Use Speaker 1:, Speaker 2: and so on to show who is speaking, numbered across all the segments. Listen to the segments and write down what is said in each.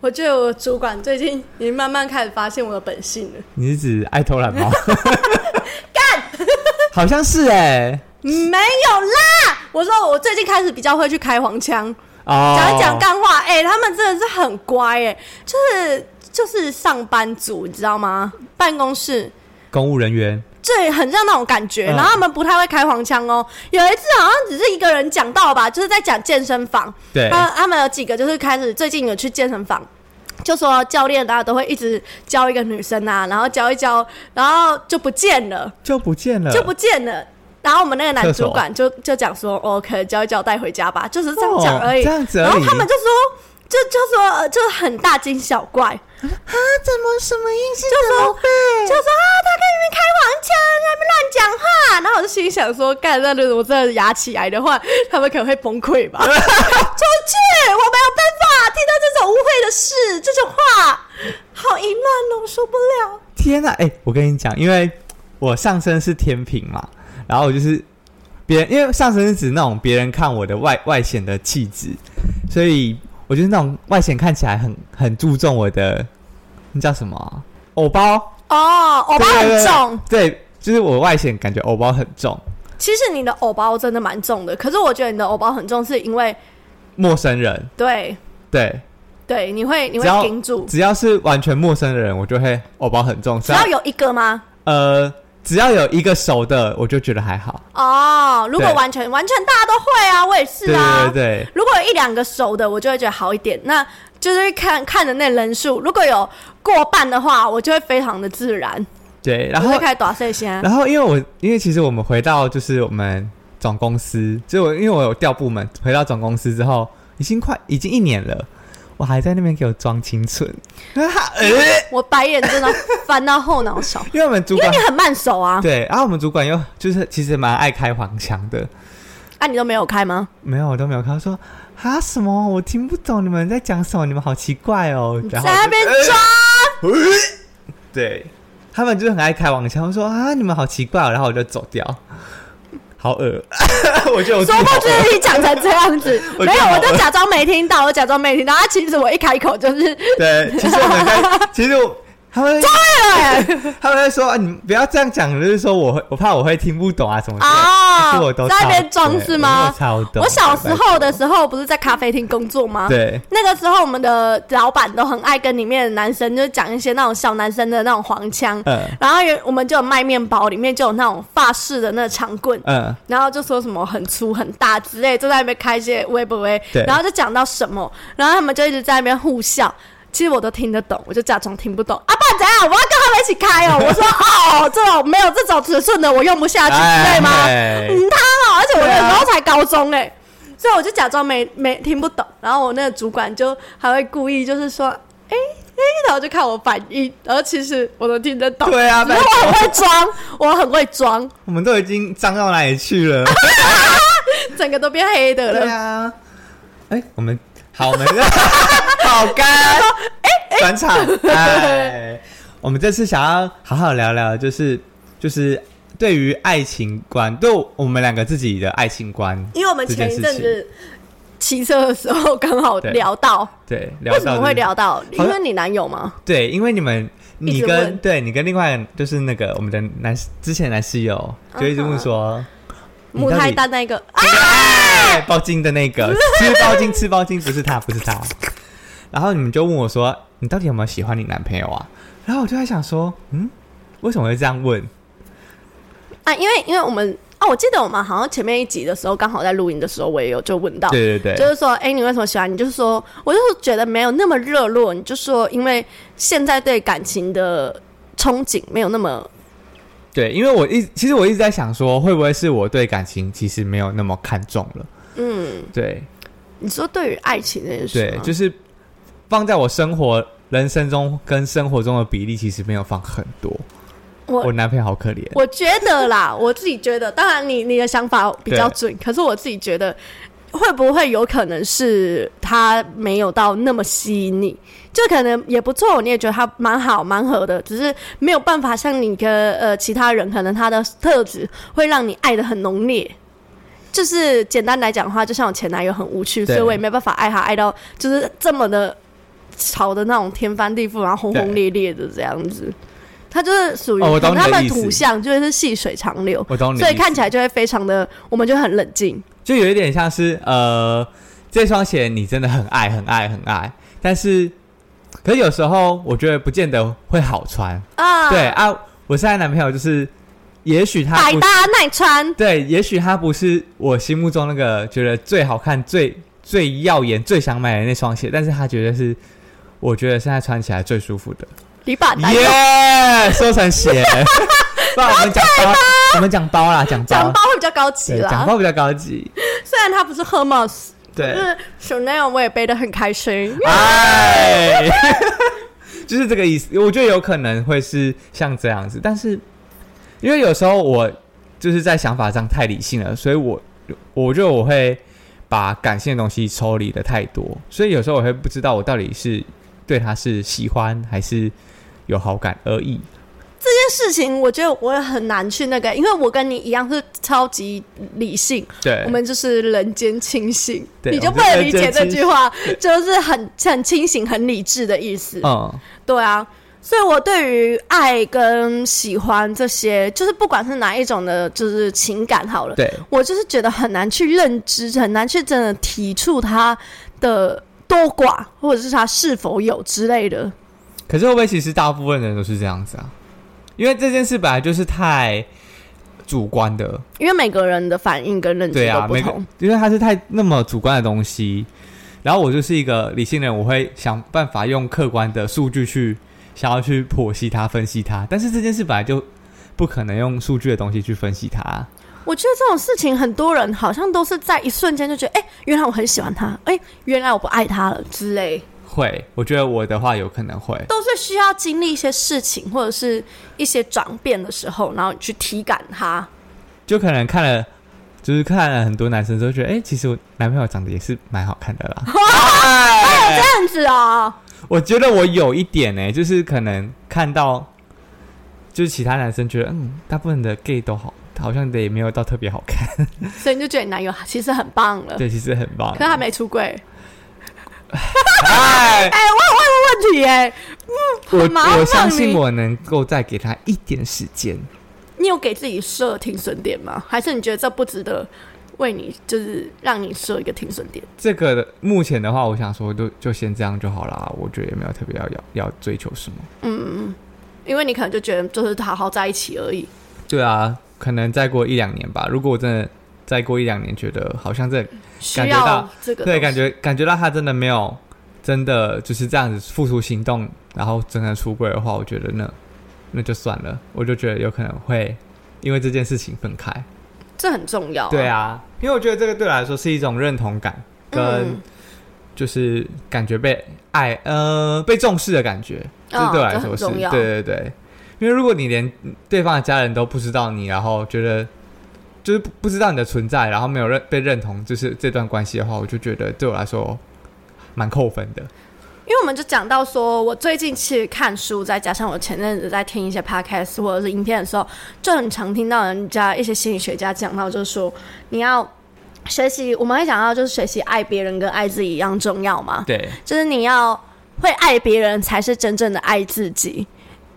Speaker 1: 我觉得我主管最近已经慢慢开始发现我的本性了。
Speaker 2: 你是指爱偷懒 吗？干， 好像是哎、
Speaker 1: 没有啦，我说我最近开始比较会去开黄腔，
Speaker 2: 哦，
Speaker 1: 讲一讲干话。哎、他们真的是很乖哎、就是就是上班族，你知道吗？办公室。
Speaker 2: 公务人员
Speaker 1: 这很像那种感觉，
Speaker 2: 嗯
Speaker 1: 然后他们不太会开黄腔哦。有一次好像只是一个人讲到吧，就是在讲健身房，
Speaker 2: 对，
Speaker 1: 他他们有几个就是开始最近有去健身房，就说教练啊都会一直教一个女生啊，然后教一教，然后就不见了，
Speaker 2: 就不见了，
Speaker 1: 就不见了。然后我们那个男
Speaker 2: 嗯厕所
Speaker 1: 主管就就讲说，哦，可能教一教带回家吧，就只是这样讲
Speaker 2: 哦
Speaker 1: 而已。
Speaker 2: 这样子而
Speaker 1: 然后
Speaker 2: 已
Speaker 1: 他们就说，就就说呃就很大惊小怪，
Speaker 2: 怎么什么意思？
Speaker 1: 就说就说啊，他跟你们开黄腔，在那边乱讲话。然后我就心里想说，干，那如果真的牙起来的话，他们可能会崩溃 吧。出去，我没有办法听到这种污秽的事，这种话，好淫乱哦，受不了。
Speaker 2: 天呐、啊，哎、我跟你讲，因为我上身是天平嘛，然后我就是别人，因为上身是指那种别人看我的外外显的气质，所以我就是那种外显看起来很很注重我的，那叫什么啊偶包，
Speaker 1: 哦，偶包很重，
Speaker 2: 对，对对就是我外显感觉偶包很重，
Speaker 1: 其实你的偶包真的蛮重的，可是我觉得你的偶包很重，是因为
Speaker 2: 陌生人，
Speaker 1: 对
Speaker 2: 对，
Speaker 1: 对，你会你
Speaker 2: 只要
Speaker 1: 会顶住，
Speaker 2: 只要是完全陌生的人，我就会偶包很重，只
Speaker 1: 只
Speaker 2: 要
Speaker 1: 要有一个吗？
Speaker 2: 呃只要有一个熟的，我就觉得还好，
Speaker 1: 哦，如果
Speaker 2: 对
Speaker 1: 完全完全大家都会啊，我也是
Speaker 2: 对
Speaker 1: 啊，
Speaker 2: 对对对，
Speaker 1: 如果有一两个熟的，我就会觉得好一点。那就是看看的那人数，如果有过半的话，我就会非常的自然，
Speaker 2: 对，然
Speaker 1: 我
Speaker 2: 后
Speaker 1: 会开始打碎先。
Speaker 2: 然后因为我因为其实我们回到就是我们总公司，就我因为我有调部门，回到总公司之后，已经快已经一年了，我还在那边给我装 清纯，呃
Speaker 1: 我白眼真的翻到后脑 勺，
Speaker 2: 因为我们主
Speaker 1: 因为
Speaker 2: 管
Speaker 1: 你很慢熟啊，
Speaker 2: 对，然后我们主管又就是其实蛮爱开黄腔的，
Speaker 1: 啊，你都没有开吗？
Speaker 2: 没有我都没有看，他说啊什么我听不懂你们在讲什么，你们好奇怪哦，
Speaker 1: 你在
Speaker 2: 然后我就
Speaker 1: 那边装，
Speaker 2: 对他们就是很爱开黄腔，我说啊你们好奇怪、哦，然后我就走掉，好恶， 我就有
Speaker 1: 说不出你讲成这样子，
Speaker 2: 我
Speaker 1: 没有，
Speaker 2: 就
Speaker 1: 我都假装没听到，我假装没听到。啊，其实我一开口 就是，
Speaker 2: 对，其实我们在，其实我他们
Speaker 1: 对，
Speaker 2: 他们在说啊，你不要这样讲，就是说我会，我怕我会听不懂啊什么之类的。
Speaker 1: 哦
Speaker 2: 其实我都
Speaker 1: 在那边
Speaker 2: 超
Speaker 1: 装
Speaker 2: 对
Speaker 1: 是吗
Speaker 2: 我都超懂。
Speaker 1: 我小时候的时候不是在咖啡厅工作吗？
Speaker 2: 对
Speaker 1: 那个时候，我们的老板都很爱跟里面的男生，就是讲一些那种小男生的那种黄腔。
Speaker 2: 嗯
Speaker 1: 然后有我们就有卖面包，里面就有那种法式的那个长棍，
Speaker 2: 嗯，
Speaker 1: 然后就说什么很粗很大之类，就在那边开一些微博微，
Speaker 2: 对
Speaker 1: 然后就讲到什么，然后他们就一直在那边互笑。其实我都听得懂，我就假装听不懂。啊，不然怎样？我要跟他们一起开哦。我说 哦，这种没有这种尺寸的，我用不下去，对吗？
Speaker 2: 哎
Speaker 1: 嗯，他哦，而且我
Speaker 2: 对
Speaker 1: 那
Speaker 2: 啊
Speaker 1: 时候才高中哎、所以我就假装没没听不懂，然后我那个主管就还会故意就是说，哎、哎、然后就看我反应，然后其实我都听得懂，
Speaker 2: 对啊
Speaker 1: 只是我很会装，我很会装，
Speaker 2: 我们都已经脏到哪里去了？
Speaker 1: 整个都变黑的了。
Speaker 2: 对啊，哎，我们好，我们 好干，
Speaker 1: 哎
Speaker 2: 转场。 哎，我们这次想要好好聊聊，就是就是对于爱情观，对我们两个自己的爱情观这件事情，
Speaker 1: 因为我们前一阵子骑车的时候刚好
Speaker 2: 对
Speaker 1: 聊到，
Speaker 2: 对，聊
Speaker 1: 为什么
Speaker 2: 到
Speaker 1: 会
Speaker 2: 这个
Speaker 1: 聊到？
Speaker 2: 好
Speaker 1: 因
Speaker 2: 像
Speaker 1: 为你男友吗？
Speaker 2: 对，因为你们，
Speaker 1: 一
Speaker 2: 你
Speaker 1: 直
Speaker 2: 跟
Speaker 1: 问
Speaker 2: 对你跟另外就是那个我们的男之前的男室友，就一直问说，你
Speaker 1: 啊母
Speaker 2: 到
Speaker 1: 胎
Speaker 2: 底
Speaker 1: 单那个啊，
Speaker 2: 哎包茎的 那个吃包茎吃包茎不是他不是他，然后你们就问我说，你到底有没有喜欢你男朋友啊？然后我就在想说，嗯，为什么会这样问？
Speaker 1: 哦啊，因为因为我们啊，我记得我们好像前面一集的时候，刚好在录音的时候，我也有就问到，
Speaker 2: 对对
Speaker 1: 就
Speaker 2: 对，
Speaker 1: 是说，哎、你为什么喜欢？你就是说，我就是觉得没有那么热络，你就说，因为现在对感情的憧憬没有那么，
Speaker 2: 对，因为我一其实我一直在想说，会不会是我对感情其实没有那么看重了？
Speaker 1: 嗯，
Speaker 2: 对，
Speaker 1: 你说对于爱情这件事
Speaker 2: 对
Speaker 1: 吗，，
Speaker 2: 就是放在我生活、人生中跟生活中的比例，其实没有放很多。
Speaker 1: 我
Speaker 2: 我男朋友好可怜，
Speaker 1: 我觉得啦，我自己觉得，当然你你的想法比较
Speaker 2: 对
Speaker 1: 准，可是我自己觉得，会不会有可能是他没有到那么吸引你？就可能也不错，你也觉得他蛮好蛮合的，只是没有办法像你跟呃其他人，可能他的特质会让你爱的很浓烈。就是简单来讲的话，就像我前男友很无趣，
Speaker 2: 对
Speaker 1: 所以我也没办法爱他爱到就是这么的吵的那种天翻地覆，然后轰轰烈烈的这样子。他就是属于、
Speaker 2: 哦我懂你的
Speaker 1: 他们
Speaker 2: 意思
Speaker 1: 土象就是细水长流，
Speaker 2: 我哦懂你的
Speaker 1: 所
Speaker 2: 意思，
Speaker 1: 以看起来就会非常的，我们就很冷静。
Speaker 2: 就有一点像是呃，这双鞋你真的很爱很爱很爱，但是可是有时候我觉得不见得会好穿。
Speaker 1: 啊，
Speaker 2: 对，啊，我现在男朋友就是，也许他
Speaker 1: 百
Speaker 2: 不
Speaker 1: 搭耐穿，
Speaker 2: 对，也许他不是我心目中那个觉得最好看、最最耀眼、最想买的那双鞋，但是他绝对是我觉得现在穿起来最舒服的。
Speaker 1: 你把单
Speaker 2: 耶、收成鞋，不然我们讲 包，我们讲包啦，讲
Speaker 1: 讲
Speaker 2: 包，
Speaker 1: 包会比较高级
Speaker 2: 对，讲
Speaker 1: 啦。
Speaker 2: 包比较高级，
Speaker 1: 虽然它不是 Hermes，就
Speaker 2: 对。啊
Speaker 1: 是 Chanel 我也背得很开心。
Speaker 2: 哎，就是这个意思。我觉得有可能会是像这样子，但是因为有时候我就是在想法上太理性了，所以我我觉得我会把感性的东西抽离的太多，所以有时候我会不知道我到底是对他是喜欢还是有好感而已。
Speaker 1: 这件事情我觉得我也很难去那个，因为我跟你一样是超级理性，
Speaker 2: 对，
Speaker 1: 我们就是人间清醒，
Speaker 2: 对
Speaker 1: 你就
Speaker 2: 我
Speaker 1: 不
Speaker 2: 们
Speaker 1: 能
Speaker 2: 人
Speaker 1: 理
Speaker 2: 间
Speaker 1: 解这
Speaker 2: 清
Speaker 1: 句话，就是很很清醒、很理智的意思。
Speaker 2: 嗯，
Speaker 1: 对啊，所以我对于爱跟喜欢这些，就是不管是哪一种的，就是情感好了，
Speaker 2: 对，
Speaker 1: 我就是觉得很难去认知，很难去真的提出它的多寡，或者是它是否有之类的。
Speaker 2: 可是会不会其实大部分人都是这样子啊？因为这件事本来就是太主观的，
Speaker 1: 因为每个人的反应跟认知
Speaker 2: 对
Speaker 1: 都
Speaker 2: 啊，
Speaker 1: 不
Speaker 2: 每个
Speaker 1: 同，
Speaker 2: 因为它是太那么主观的东西，然后我就是一个理性人，我会想办法用客观的数据去想要去剖析它、分析它，但是这件事本来就不可能用数据的东西去分析它。
Speaker 1: 我觉得这种事情很多人好像都是在一瞬间就觉得，哎、原来我很喜欢他，哎、原来我不爱他了之类，
Speaker 2: 会，我觉得我的话有可能会，
Speaker 1: 都是需要经历一些事情或者是一些转变的时候，然后你去体感它。
Speaker 2: 就可能看了。就是看了很多男生都觉得，哎、其实我男朋友长得也是蛮好看的啦。 哎
Speaker 1: 这样子啊、
Speaker 2: 我觉得我有一点呢、就是可能看到，就是其他男生觉得，嗯，大部分的 gay 都好，好像也没有到特别好看。
Speaker 1: 所以你就觉得你男友其实很棒了，
Speaker 2: 对，其实很棒
Speaker 1: 可。是还没出柜。
Speaker 2: 哎，
Speaker 1: 哎、我有问问题哎、
Speaker 2: 我
Speaker 1: 麻烦
Speaker 2: 我相信
Speaker 1: 你
Speaker 2: 我能够再给他一点时间。
Speaker 1: 你有给自己设停损点吗？还是你觉得这不值得为你，就是让你设一个停损点？
Speaker 2: 这个的目前的话，我想说就就先这样就好啦。我觉得也没有特别要要要追求什么。
Speaker 1: 因为你可能就觉得就是好好在一起而已。
Speaker 2: 对啊，可能再过一两年吧。如果我真的再过一两年，觉得好像这
Speaker 1: 需
Speaker 2: 感觉
Speaker 1: 要
Speaker 2: 到
Speaker 1: 这个
Speaker 2: 对
Speaker 1: 东
Speaker 2: 感
Speaker 1: 西
Speaker 2: 觉感觉到他真的没有真的就是这样子付出行动，然后真的出轨的话，我觉得那那就算了。我就觉得有可能会因为这件事情分开。
Speaker 1: 哦这很重要、
Speaker 2: 对，啊，因为我觉得这个对我来说是一种认同感，跟
Speaker 1: 嗯
Speaker 2: 就是感觉被爱，呃，被重视的感觉，这是对我来
Speaker 1: 这
Speaker 2: 说
Speaker 1: 很
Speaker 2: 是，
Speaker 1: 重要
Speaker 2: 对对对。因为如果你连对方的家人都不知道你，然后觉得就是不不知道你的存在，然后没有认被认同，就是这段关系的话，我就觉得对我来说蛮扣分的。
Speaker 1: 因为我们就讲到说，我最近其实看书，再加上我前阵子在听一些 podcast 或者是影片的时候，就很常听到人家一些心理学家讲到，就是说你要学习，我们会讲到就是学习爱别人跟爱自己一样重要嘛，
Speaker 2: 对，
Speaker 1: 就是你要会爱别人才是真正的爱自己。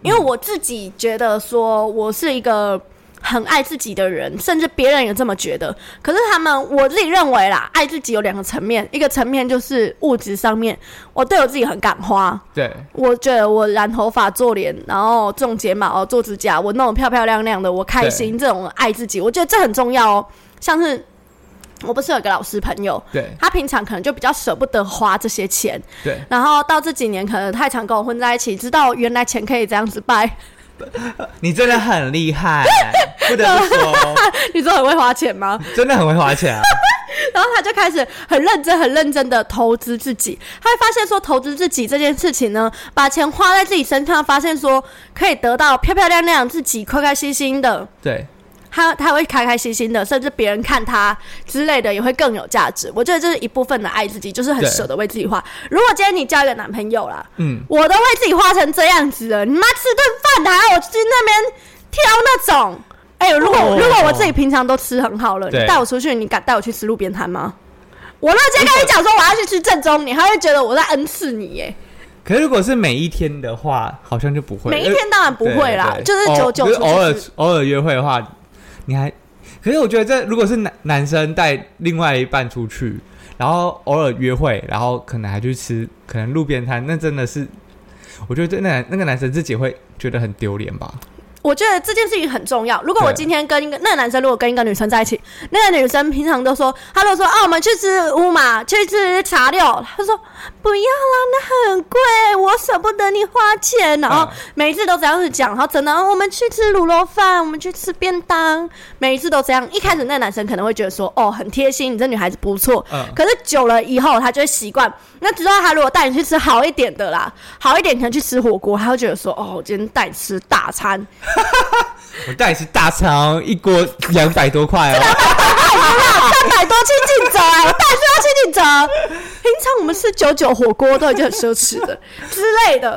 Speaker 1: 因为我自己觉得说，我是一个很爱自己的人，甚至别人也这么觉得。可是他们，我自己认为啦，爱自己有两个层面，一个层面就是物质上面，我对我自己很感花，
Speaker 2: 对，
Speaker 1: 我觉得我染头发、做脸，然后种睫毛、做指甲，我弄得漂漂亮亮的，我开心，这种爱自己，我觉得这很重要哦。像是我不是有个老师朋友，
Speaker 2: 对，
Speaker 1: 他平常可能就比较舍不得花这些钱，
Speaker 2: 对，
Speaker 1: 然后到这几年可能太常跟我混在一起，知道原来钱可以这样子败，
Speaker 2: 你真的很厉害，不得不说，
Speaker 1: 你说很会花钱吗？
Speaker 2: 真的很会花钱啊。
Speaker 1: 然后他就开始很认真、很认真的投资自己，他会发现说投资自己这件事情呢，把钱花在自己身上，发现说可以得到漂漂亮亮、自己开开心心的。
Speaker 2: 对，
Speaker 1: 他他会开开心心的，甚至别人看他之类的也会更有价值。我觉得这是一部分的爱自己，就是很
Speaker 2: 对
Speaker 1: 舍得为自己花。如果今天你交一个男朋友啦，
Speaker 2: 嗯，
Speaker 1: 我都为自己花成这样子了，你妈吃顿饭还要我去那边挑那种？哎、如果、
Speaker 2: 哦
Speaker 1: 如果我自己平常都吃很好了，你
Speaker 2: 对
Speaker 1: 带我出去，你敢带我去吃路边摊吗？我那天跟你讲说我要去吃正宗，你还会觉得我在恩赐你耶、
Speaker 2: 可是如果是每一天的话，好像就不会。呃
Speaker 1: 每一天当然不会啦，
Speaker 2: 对对
Speaker 1: 就是九
Speaker 2: 偶
Speaker 1: 九
Speaker 2: 可
Speaker 1: 出
Speaker 2: 是偶尔
Speaker 1: 去吃
Speaker 2: 偶尔约会的话，你还，可是我觉得这如果是男男生带另外一半出去，然后偶尔约会，然后可能还去吃可能路边摊，那真的是，我觉得对那男那个男生自己会觉得很丢脸吧？
Speaker 1: 我觉得这件事情很重要。如果我
Speaker 2: 对
Speaker 1: 今天跟一个那个男生，如果跟一个女生在一起，那个女生平常都说，她都说啊，我们去吃乌马，去吃茶六，她说不要啦，那很贵，我舍不得你花钱。然后
Speaker 2: 嗯
Speaker 1: 每一次都这样子讲，然后真的，啊我们去吃卤肉饭，我们去吃便当，每一次都这样。一开始那个男生可能会觉得说，哦，很贴心，你这女孩子不错，
Speaker 2: 嗯，
Speaker 1: 可是久了以后，他就会习惯。那之后，他如果带你去吃好一点的啦，好一点可能去吃火锅，他会觉得说：“哦，我今天带你吃大餐，
Speaker 2: 我带你吃大餐哦，一锅两百多 块哦，
Speaker 1: 啊三百多亲近折哎、我带你去要亲近折。平常我们吃九九火锅都已经很奢侈的之类的。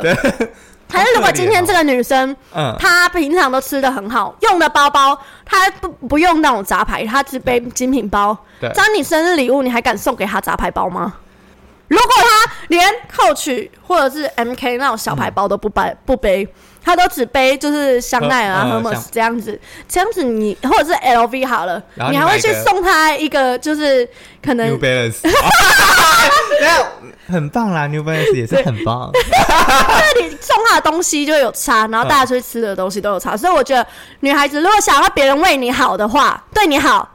Speaker 1: 还是如果今天这个女生，
Speaker 2: 嗯，
Speaker 1: 她平常都吃的很好，用的包包她不不用那种杂牌，她只背精品包。
Speaker 2: 对，
Speaker 1: 当你生日礼物，你还敢送给他杂牌包吗？如果他连 Coach 或者是 MK 那种小牌包都不
Speaker 2: 嗯
Speaker 1: 背、不背，他都只背就是香奈儿啊、
Speaker 2: 呃
Speaker 1: Hermes
Speaker 2: 像
Speaker 1: 这样子，这样子你或者是 LV 好了，
Speaker 2: 然后
Speaker 1: 你
Speaker 2: 你
Speaker 1: 还会
Speaker 2: 买一
Speaker 1: 去
Speaker 2: 个
Speaker 1: 送他一个就是可
Speaker 2: New
Speaker 1: 能
Speaker 2: Balance，那很棒啦，New Balance 也是 很棒。
Speaker 1: 那你送他的东西就有差，然后大家出去吃的东西都有差，所以我觉得女孩子如果想要别人为你好的话，对你好，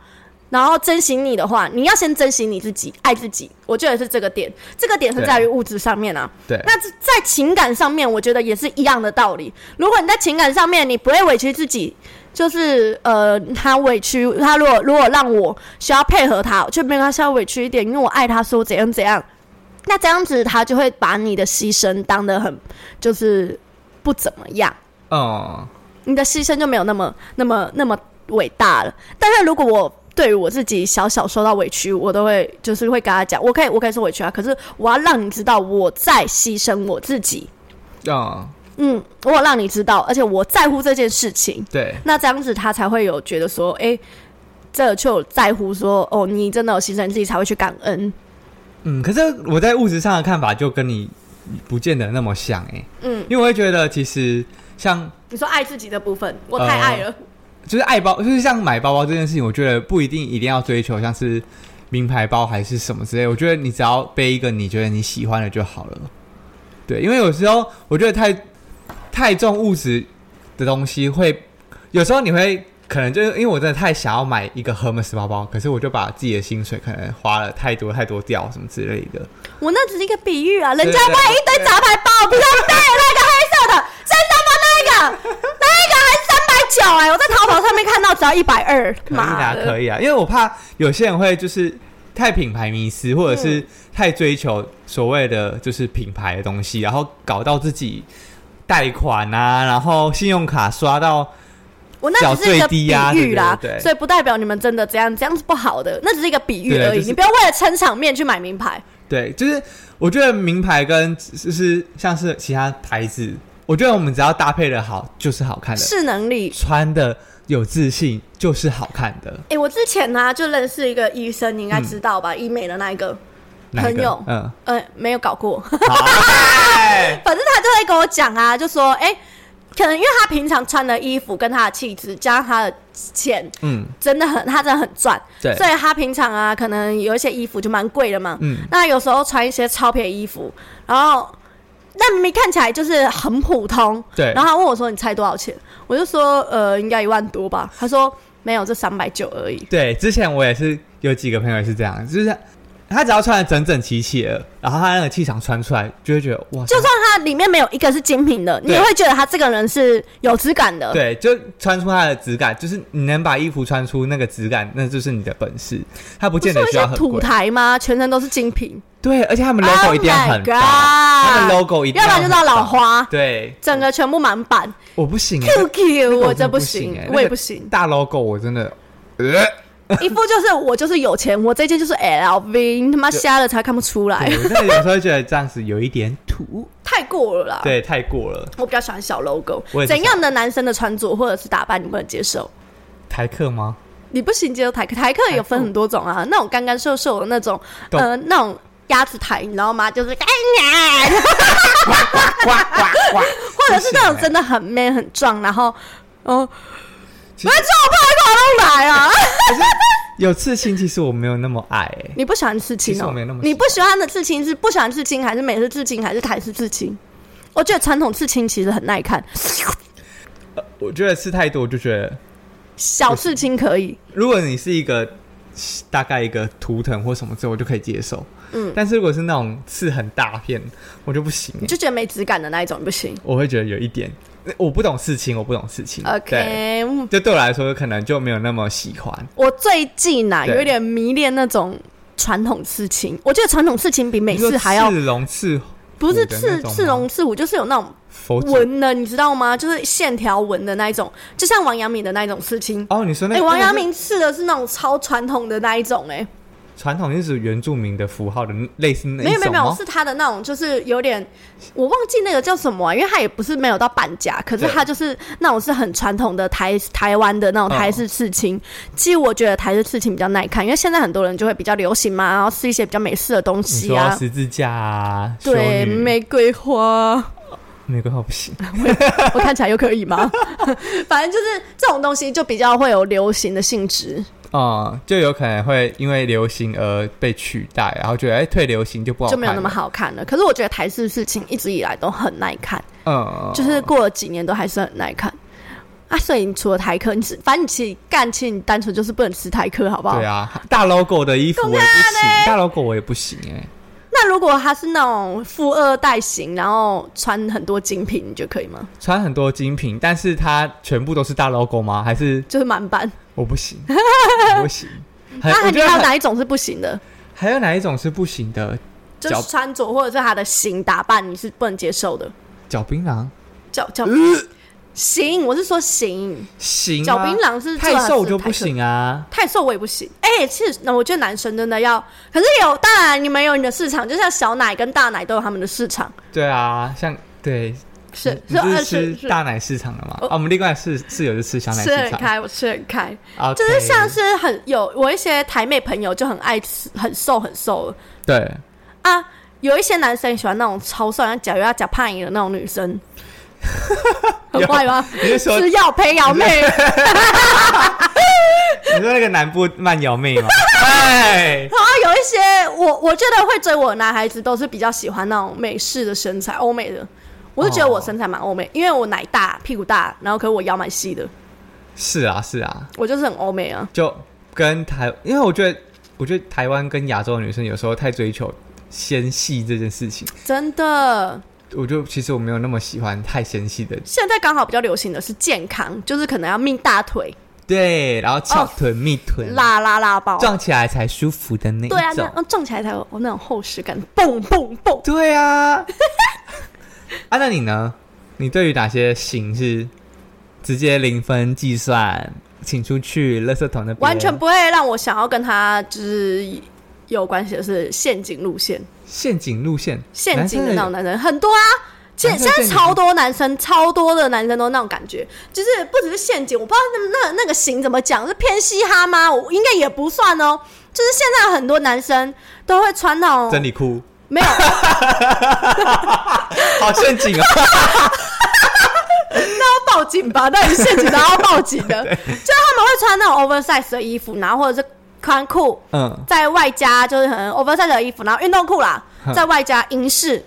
Speaker 1: 然后珍惜你的话，你要先珍惜你自己，爱自己。我觉得是这个点，这个点是
Speaker 2: 对
Speaker 1: 在于物质上面啊。
Speaker 2: 对
Speaker 1: 那这在情感上面，我觉得也是一样的道理。如果你在情感上面，你不会委屈自己。就是呃，他委屈，他如果如果让我需要配合他，我就没关系，要委屈一点，因为我爱他，说怎样怎样。那这样子，他就会把你的牺牲当得很，就是不怎么样，
Speaker 2: 嗯，
Speaker 1: 你的牺牲就没有那么、那么、那么伟大了。但是如果我对于我自己小小受到委屈，我都会就是会跟他讲，我可以，我可以说委屈啊，可是我要让你知道我在牺牲我自己，
Speaker 2: 嗯，
Speaker 1: 嗯，我有让你知道，而且我在乎这件事情。
Speaker 2: 对，
Speaker 1: 那这样子他才会有觉得说，哎、这就有在乎说，哦，你真的有牺牲自己才会去感恩，
Speaker 2: 嗯，可是我在物质上的看法就跟你不见得那么像哎、欸
Speaker 1: 嗯，
Speaker 2: 因为我会觉得其实像
Speaker 1: 你说爱自己的部分，我太爱
Speaker 2: 哦
Speaker 1: 了。
Speaker 2: 就是爱包，就是像买包包这件事情，我觉得不一定一定要追求像是名牌包还是什么之类，我觉得你只要背一个你觉得你喜欢的就好了。对，因为有时候我觉得太太重物质的东西会，有时候你会可能就是因为我真的太想要买一个 Hermes 包包，可是我就把自己的薪水可能花了太多太多掉什么之类的。
Speaker 1: 我那只是一个比喻啊，人家
Speaker 2: 对对
Speaker 1: 卖一堆杂牌包，不要带那个黑色 的，真他妈那个，那一个还三百九哎！我在淘宝上面看到只要一百二，
Speaker 2: 可以
Speaker 1: 妈
Speaker 2: 啦，
Speaker 1: 的！
Speaker 2: 可以啊，因为我怕有些人会就是太品牌迷失，或者
Speaker 1: 嗯
Speaker 2: 是太追求所谓的就是品牌的东西，然后搞到自己贷款啊，然后信用卡刷到
Speaker 1: 我那只是一个比
Speaker 2: 缴最
Speaker 1: 喻
Speaker 2: 低
Speaker 1: 啦
Speaker 2: 啊，对对对
Speaker 1: 所以不代表你们真的这样，这样是不好的，那只是一个比喻
Speaker 2: 对
Speaker 1: 而已。
Speaker 2: 就是
Speaker 1: 你不要为了撑场面去买名牌，
Speaker 2: 对，就是我觉得名牌跟就是像是其他牌子，我觉得我们只要搭配的好就是好看的，
Speaker 1: 是能力。
Speaker 2: 穿的有自信就是好看的。
Speaker 1: 哎、我之前呢、就认识一个医生，你应
Speaker 2: 嗯
Speaker 1: 该知道吧？医美的那一个，
Speaker 2: 哪一个
Speaker 1: 朋友
Speaker 2: 嗯，
Speaker 1: 呃，没有搞过。
Speaker 2: 好，哎
Speaker 1: 反正他就会跟我讲啊，就说，哎、可能因为他平常穿的衣服跟他的气质加上他的钱，
Speaker 2: 嗯，
Speaker 1: 真的很，他真的很赚。
Speaker 2: 对
Speaker 1: 所以他平常啊，可能有一些衣服就蛮贵的嘛。
Speaker 2: 嗯
Speaker 1: 那有时候穿一些超便宜衣服，然后那明明看起来就是很普通。
Speaker 2: 对
Speaker 1: 然后他问我说：“你猜多少钱？”我就说：“呃，应该一万多吧。”他说：“没有，这三百九而已。
Speaker 2: 对，之前我也是有几个朋友也是这样，就是他只要穿的整整齐齐的，然后他那个气场穿出来，就会觉得哇，
Speaker 1: 就算它里面没有一个是精品的，你
Speaker 2: 对
Speaker 1: 也会觉得他这个人是有质感的。
Speaker 2: 对，就穿出他的质感，就是你能把衣服穿出那个质感，那就是你的本事。他不
Speaker 1: 不是
Speaker 2: 见
Speaker 1: 有
Speaker 2: 得
Speaker 1: 一
Speaker 2: 需
Speaker 1: 些
Speaker 2: 要很
Speaker 1: 土
Speaker 2: 贵，
Speaker 1: 台吗？全身都是精品
Speaker 2: 对，而且他们 logo 一定要
Speaker 1: Oh my
Speaker 2: 很大，他们
Speaker 1: God
Speaker 2: logo 一定
Speaker 1: 要不然就是
Speaker 2: 很
Speaker 1: 老
Speaker 2: 大
Speaker 1: 花
Speaker 2: 对，
Speaker 1: 整个全部满版。
Speaker 2: 我不行、欸， 那
Speaker 1: QQ，
Speaker 2: 个
Speaker 1: 我
Speaker 2: 真
Speaker 1: 这
Speaker 2: 的
Speaker 1: 不
Speaker 2: 行、
Speaker 1: 行
Speaker 2: 欸，，
Speaker 1: 我也
Speaker 2: 那
Speaker 1: 不
Speaker 2: 个
Speaker 1: 行。哎
Speaker 2: 大 logo 我真的，呃，
Speaker 1: 一副就是我就是有钱，我这件就是 LV，你他妈瞎了才看不出来
Speaker 2: 对，我真的有时候会觉得这样子有一点土，
Speaker 1: 太过了啦。
Speaker 2: 对，太过了。
Speaker 1: 我比较喜欢小 logo
Speaker 2: 我。也是
Speaker 1: 怎样的男生的穿着或者是打扮你不能接受？
Speaker 2: 台 客吗？
Speaker 1: 你不行接受台客，台客有分很多种啊，那种干干瘦瘦的那种，
Speaker 2: 懂
Speaker 1: 呃，那种鸭子抬，你知道吗？就是哎呀，或者是那种真的很 man 很壮，然后哦，
Speaker 2: 其实
Speaker 1: 那这种怕跑都来 啊！
Speaker 2: 有刺青，其实我没有那么爱、欸，
Speaker 1: 你不喜欢刺青
Speaker 2: 其实
Speaker 1: 哦
Speaker 2: 我没那么喜？欢
Speaker 1: 你不喜欢的刺青是不喜欢刺青，还是美式刺青，还是台式刺青？我觉得传统刺青其实很耐看，
Speaker 2: 呃我觉得吃太多，我就觉得，
Speaker 1: 小刺青可以。
Speaker 2: 如果你是一个大概一个图腾或什么之后，我就可以接受。嗯，但是如果是那种刺很大片，我就不行、欸
Speaker 1: 你就觉得没质感的那一种不行。
Speaker 2: 我会觉得有一点，我不懂事情，我不懂事情。对，
Speaker 1: OK，嗯
Speaker 2: 就对我来说，可能就没有那么喜欢。
Speaker 1: 我最近呐、
Speaker 2: 对
Speaker 1: 有一点迷恋那种传统刺青，我觉得传统刺青比美式哎还要
Speaker 2: 你说刺龙刺
Speaker 1: 不是
Speaker 2: 虎的那
Speaker 1: 刺
Speaker 2: 种吗
Speaker 1: 刺龙刺虎，就是有那种
Speaker 2: 佛祖
Speaker 1: 纹的，你知道吗？就是线条纹的那一种，就像王阳明的那一种刺青。
Speaker 2: 哦，你说那
Speaker 1: 哎、
Speaker 2: 个
Speaker 1: 王阳明刺的是那种超传统的那一种、哎，
Speaker 2: 传统就是原住民的符号的类似那一
Speaker 1: 没有没有
Speaker 2: 种
Speaker 1: 没有，
Speaker 2: 吗？
Speaker 1: 是他的那种，就是有点我忘记那个叫什么啊、因为他也不是没有到半价，可是
Speaker 2: 对
Speaker 1: 他就是那种是很传统的台台湾的那种
Speaker 2: 嗯
Speaker 1: 台式刺青。其实我觉得台式刺青比较耐看，因为现在很多人就会比较流行嘛，然后是一些比较美式的东
Speaker 2: 你
Speaker 1: 西
Speaker 2: 说
Speaker 1: 啊，
Speaker 2: 十字架啊，
Speaker 1: 对，
Speaker 2: 修女
Speaker 1: 玫瑰花。
Speaker 2: 玫瑰花不行，
Speaker 1: 我看起来又可以吗？ 反正就是这种东西就比较会有流行的性质。
Speaker 2: 嗯，就有可能会因为流行而被取代，然后觉得哎、退流行就不好
Speaker 1: 就
Speaker 2: 看，
Speaker 1: 没有那么。好看了。可是我觉得台式事情一直以来都很耐看，
Speaker 2: 嗯，
Speaker 1: 就是过了几年都还是很耐看。啊，所以你除了台客，你只反正你其实干其实你单纯就是不能吃台客，好不好？
Speaker 2: 对啊，大 logo 的衣服我也不
Speaker 1: 啊
Speaker 2: 行，哎大 logo 我也不行哎、
Speaker 1: 那如果他是那种富二代型，然后穿很多精品，你觉得可以吗？
Speaker 2: 穿很多精品，但是它全部都是大 logo 吗？还是
Speaker 1: 就是满版。
Speaker 2: 我 不行，我不行。很
Speaker 1: 那
Speaker 2: 我
Speaker 1: 啊还
Speaker 2: 觉得
Speaker 1: 有
Speaker 2: 很
Speaker 1: 哪一种是不行的？
Speaker 2: 还有哪一种是不行的？
Speaker 1: 就是
Speaker 2: 脚
Speaker 1: 穿着或者是他的型打扮，你是不能接受的。
Speaker 2: 嚼槟榔
Speaker 1: 脚脚、
Speaker 2: 呃
Speaker 1: 行，我是说行，
Speaker 2: 行、啊，
Speaker 1: 脚槟榔是最好是
Speaker 2: 太瘦就
Speaker 1: 台
Speaker 2: 不
Speaker 1: 客
Speaker 2: 行啊。
Speaker 1: 太瘦我也不行。哎、其实那我觉得男生真的要，可是有当然你们有你的市场，就像小奶跟大奶都有他们的市场，
Speaker 2: 对啊，像对，
Speaker 1: 是
Speaker 2: 你
Speaker 1: 是
Speaker 2: 你
Speaker 1: 呃
Speaker 2: 是
Speaker 1: 是
Speaker 2: 吃
Speaker 1: 是哦
Speaker 2: 大奶市场的嘛？
Speaker 1: 我
Speaker 2: 啊，我们另外室室友就吃小奶
Speaker 1: 吃
Speaker 2: 市
Speaker 1: 很
Speaker 2: 场，
Speaker 1: 开，我吃很开，
Speaker 2: 啊，
Speaker 1: 就是像是很有我一些台妹朋友就很爱吃，很瘦很瘦的
Speaker 2: 对，
Speaker 1: 啊。有一些男生喜欢那种超瘦，像假如要假胖的那种女 生，很坏吗？
Speaker 2: 你是说
Speaker 1: 吃药陪瑶 妹，
Speaker 2: 你说那个南部慢 摇妹吗？哎，
Speaker 1: 然后有一些我我觉得会追我的男孩子都是比较喜欢那种美式的身材，欧美的。我是觉得
Speaker 2: 哦
Speaker 1: 我身材蛮欧美，因为我奶大、屁股大，然后可是我腰蛮细的，
Speaker 2: 是啊是啊，
Speaker 1: 我就是很欧美啊。
Speaker 2: 就跟台，因为我觉得我觉得台湾跟亚洲的女生有时候太追求纤细这件事情，
Speaker 1: 真的，
Speaker 2: 我就其实我没有那么喜欢太纤细的，
Speaker 1: 现在刚好比较流行的是健康，就是可能要命大腿，
Speaker 2: 对，然后翘臀、蜜臀，
Speaker 1: 拉拉拉爆。
Speaker 2: 撞起来才舒服的那一种。
Speaker 1: 哦对啊，那那撞起来才有那种厚实感，蹦蹦蹦。
Speaker 2: 对啊，啊，那你呢？你对于哪些型是直接零分计算，请出去垃圾桶那边？
Speaker 1: 完全不会让我想要跟他就是有关系的是陷阱路线，
Speaker 2: 陷阱路线，
Speaker 1: 陷阱的那种
Speaker 2: 男生
Speaker 1: 男生很多啊。现
Speaker 2: 男
Speaker 1: 现在
Speaker 2: 生陷阱
Speaker 1: 超多男生，超多的男生都那种感觉，就是不只是陷阱，我不知道那那那个型怎么讲，是偏嘻哈吗？我应该也不算哦。就是现在很多男生都会穿那
Speaker 2: 真
Speaker 1: 种
Speaker 2: 理裤，
Speaker 1: 没有，
Speaker 2: 好陷阱哦！
Speaker 1: 那要报警吧？那你陷阱都要报警 的，就是他们会穿那种 oversize 的衣服，然后或者是宽裤，
Speaker 2: 嗯，
Speaker 1: 在外加就是可能 oversize 的衣服，然后运动裤啦，
Speaker 2: 哼
Speaker 1: 在外加银饰，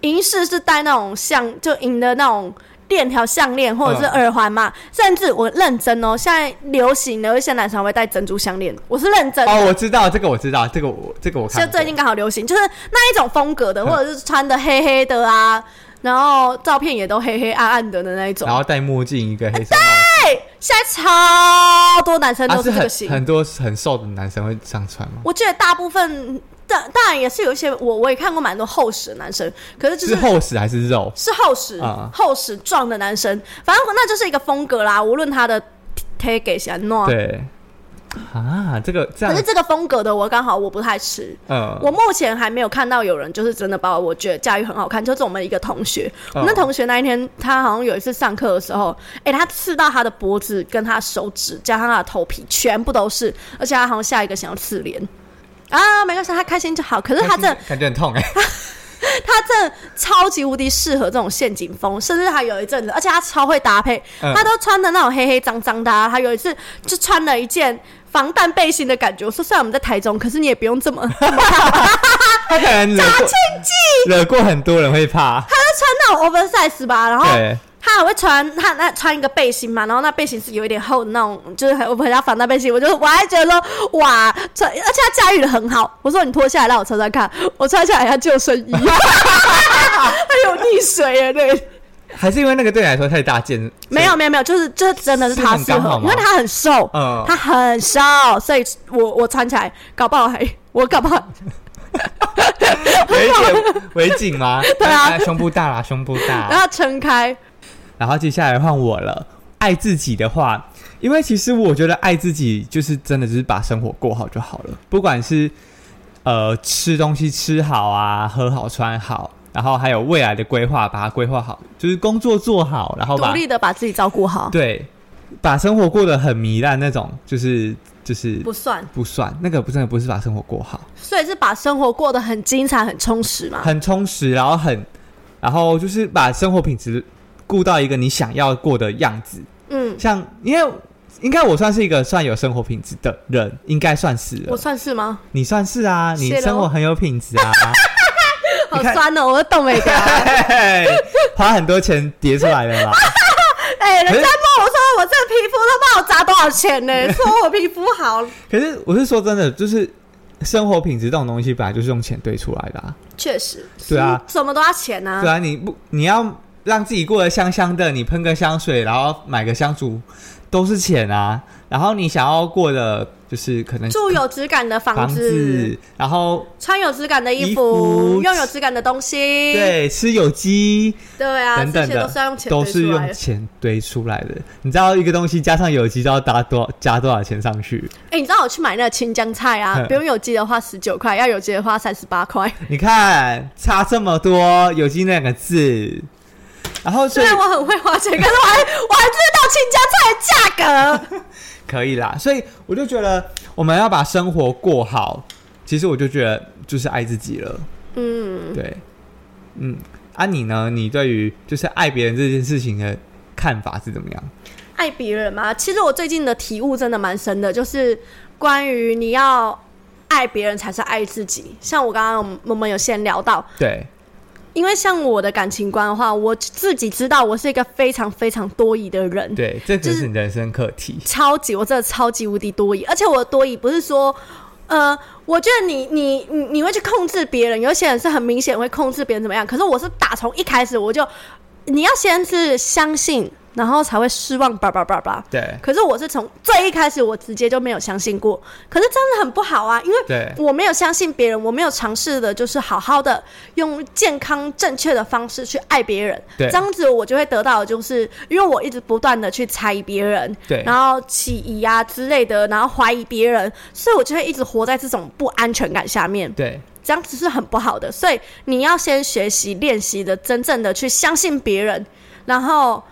Speaker 1: 银饰是戴那种项就银的那种链条项链或者是
Speaker 2: 嗯
Speaker 1: 耳环嘛，甚至我认真哦，现在流行的有一些男生会戴珍珠项链，我是认真的。
Speaker 2: 哦，我知道这个，我知道这个我，这个我看
Speaker 1: 就
Speaker 2: 过。
Speaker 1: 最近刚好流行，就是那一种风格的，
Speaker 2: 嗯
Speaker 1: 或者是穿的黑黑的啊，然后照片也都黑黑暗暗的的那一种
Speaker 2: 然。后戴墨镜，一个黑色帽
Speaker 1: 对，哎现在超多男生
Speaker 2: 子，啊，
Speaker 1: 都是这个型。
Speaker 2: 很很多很瘦的男生会这样穿吗？
Speaker 1: 我觉得大部分，但当然也是有一些我我也看过蛮多厚实的男生，可是就是是
Speaker 2: 厚实还是肉？
Speaker 1: 是厚实、
Speaker 2: 啊
Speaker 1: 厚实壮的男生，反正那就是一个风格啦。无论他的 take 给谁弄，
Speaker 2: 对啊，这个这
Speaker 1: 哦可
Speaker 2: 样
Speaker 1: 是，这个风格的我刚好我不太吃。
Speaker 2: 嗯，
Speaker 1: 我目前还没有看到有人就是真的把我觉得驾驭很好看，就是我们一个同学，我们的
Speaker 2: 哦
Speaker 1: 同学那一天他好像有一次上课的时候，哎、他刺到他的脖子跟他手指加上他的头皮全部都是，而且他好像下一个想要刺脸，啊，没关系，他开心就好。可是他这
Speaker 2: 感觉很痛哎、
Speaker 1: 他这超级无敌适合这种陷阱风，甚至他有一阵子，而且他超会搭配，
Speaker 2: 嗯
Speaker 1: 他都穿的那种黑黑脏脏的、啊。他有一次就穿了一件防弹背心的感觉。我说虽然我们在台中，可是你也不用这么这么怕吧，
Speaker 2: 他可能惹过 惹过很多人会怕，
Speaker 1: 他就穿那种 oversize 吧，然后
Speaker 2: 对，
Speaker 1: 他还会穿他那穿一个背心嘛，然后那背心是有一点厚的那种，就是很我回家防弹背心，我就我还觉得说哇，穿而且他驾驭的很好。我说你脱下来让我穿穿看，我穿下来他救生衣，他有溺水耶，对，
Speaker 2: 还是因为那个对你来说太大件，
Speaker 1: 没有没有没有，就是这真的是他适
Speaker 2: 是很刚
Speaker 1: 合
Speaker 2: 好，吗
Speaker 1: 因为他很瘦，
Speaker 2: 嗯
Speaker 1: 他很瘦，所以我我穿起来搞不好还我搞不好
Speaker 2: 围颈围颈吗？
Speaker 1: 对啊
Speaker 2: 哎胸部大啦，胸部大。
Speaker 1: 让他撑开，
Speaker 2: 然后接下来换我了。爱自己的话，因为其实我觉得爱自己就是真的，就是把生活过好就好了。不管是呃吃东西吃好啊，喝好穿好，然后还有未来的规划，把它规划好，就是工作做好，然后
Speaker 1: 独
Speaker 2: 把
Speaker 1: 立的把自己照顾好，
Speaker 2: 对把生活过得很糜烂那种，就是就是
Speaker 1: 不算，
Speaker 2: 不算那个不真的不是把生活过好，
Speaker 1: 所以是把生活过得很精彩、很充实嘛。
Speaker 2: 很充实，然后很然后就是把生活品质顾到一个你想要过的样子。
Speaker 1: 嗯，
Speaker 2: 像因为应该我算是一个算有生活品质的人，应该算是
Speaker 1: 我
Speaker 2: 了。
Speaker 1: 算是吗？
Speaker 2: 你算是啊，你
Speaker 1: 谢咯
Speaker 2: 生活很有品质啊，
Speaker 1: 好酸哦，我都动了一个。
Speaker 2: 嘿花很多钱叠出来的啦。
Speaker 1: 哎、人
Speaker 2: 可
Speaker 1: 家
Speaker 2: 是
Speaker 1: 问我说我这个皮肤都帮我砸多少钱呢、 说我皮肤好，
Speaker 2: 可是我是说真的，就是生活品质这种东西本来就是用钱堆出来的、啊，
Speaker 1: 确实，
Speaker 2: 对啊
Speaker 1: 什么都要钱呐、
Speaker 2: 对啊，你不你要让自己过得香香的，你喷个香水，然后买个香烛，都是钱啊。然后你想要过的，就是可能
Speaker 1: 住有质感的房子，
Speaker 2: 房子，然后
Speaker 1: 穿有质感的衣服，
Speaker 2: 衣服
Speaker 1: 用有质感的东西，
Speaker 2: 对吃有机，
Speaker 1: 对啊，
Speaker 2: 等等
Speaker 1: 这些
Speaker 2: 的
Speaker 1: 都是要用钱
Speaker 2: 都
Speaker 1: 堆
Speaker 2: 是
Speaker 1: 出来
Speaker 2: 用
Speaker 1: 的。
Speaker 2: 钱堆出来的。你知道一个东西加上有机都要搭多加多少钱上去？
Speaker 1: 哎、你知道我去买那个青江菜啊，
Speaker 2: 嗯
Speaker 1: 不用有机的话十九块，要有机的话三十八块。
Speaker 2: 你看差这么多，有机那两个字，然后所
Speaker 1: 虽
Speaker 2: 以
Speaker 1: 然我很会花钱，可是我还我还知道青江菜的价格。
Speaker 2: 可以啦。所以我就觉得我们要把生活过好，其实我就觉得就是爱自己了。
Speaker 1: 嗯，
Speaker 2: 对，嗯，啊你呢？你对于就是爱别人这件事情的看法是怎么样？
Speaker 1: 爱别人嘛，其实我最近的体悟真的蛮深的，就是关于你要爱别人才是爱自己。像我刚刚我们有先聊到，
Speaker 2: 对，
Speaker 1: 因为像我的感情观的话，我自己知道我是一个非常非常多疑的人，
Speaker 2: 对，这
Speaker 1: 就
Speaker 2: 只
Speaker 1: 是
Speaker 2: 是你的人生课题。
Speaker 1: 超级我真的超级无敌多疑，而且我的多疑不是说。呃，我觉得你你你你会去控制别人，有些人是很明显会控制别人怎么样。可是我是打从一开始我就，你要先是相信，然后才会失望，叭叭叭叭。
Speaker 2: 对，
Speaker 1: 可是我是从最一开始，我直接就没有相信过。可是这样子很不好啊，因为
Speaker 2: 对
Speaker 1: 我没有相信别人，我没有尝试的，就是好好的用健康正确的方式去爱别人。
Speaker 2: 对
Speaker 1: 这样子我就会得到，的就是因为我一直不断的去猜疑别人，
Speaker 2: 对
Speaker 1: 然后起疑啊之类的，然后怀疑别人，所以我就会一直活在这种不安全感下面。
Speaker 2: 对，
Speaker 1: 这样子是很不好的。所以你要先学习练习的，真正的去相信别人，然后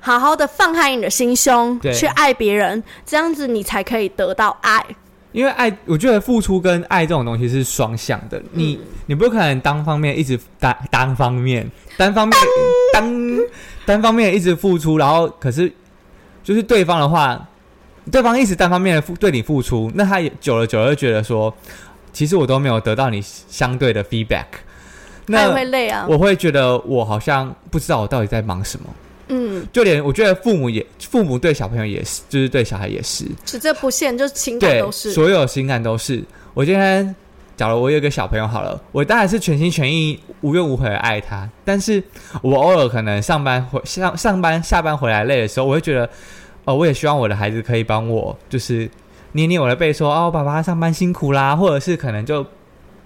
Speaker 1: 好好的放开你的心胸，
Speaker 2: 对
Speaker 1: 去爱别人，这样子你才可以得到爱。
Speaker 2: 因为爱，我觉得付出跟爱这种东西是双向的。你、
Speaker 1: 嗯
Speaker 2: 你不可能单方面一直单单方面单方 面单单方面一直付出，然后可是就是对方的话，对方一直单方面的付对你付出，那他也久了久了就觉得说，其实我都没有得到你相对的 feedback，
Speaker 1: 爱
Speaker 2: 那
Speaker 1: 会累啊，
Speaker 2: 我会觉得我好像不知道我到底在忙什么。
Speaker 1: 嗯，
Speaker 2: 就连我觉得父母也父母对小朋友也是，就是对小孩也是，
Speaker 1: 就这不限，就是情感
Speaker 2: 对，
Speaker 1: 都是。
Speaker 2: 所有情感都是。我今天，假如我有一个小朋友好了，我当然是全心全意、无怨无悔的爱他，但是我偶尔可能上班回上上班下班回来累的时候，我会觉得，哦，我也希望我的孩子可以帮我，就是捏捏我的背说，哦，爸爸上班辛苦啦，或者是可能就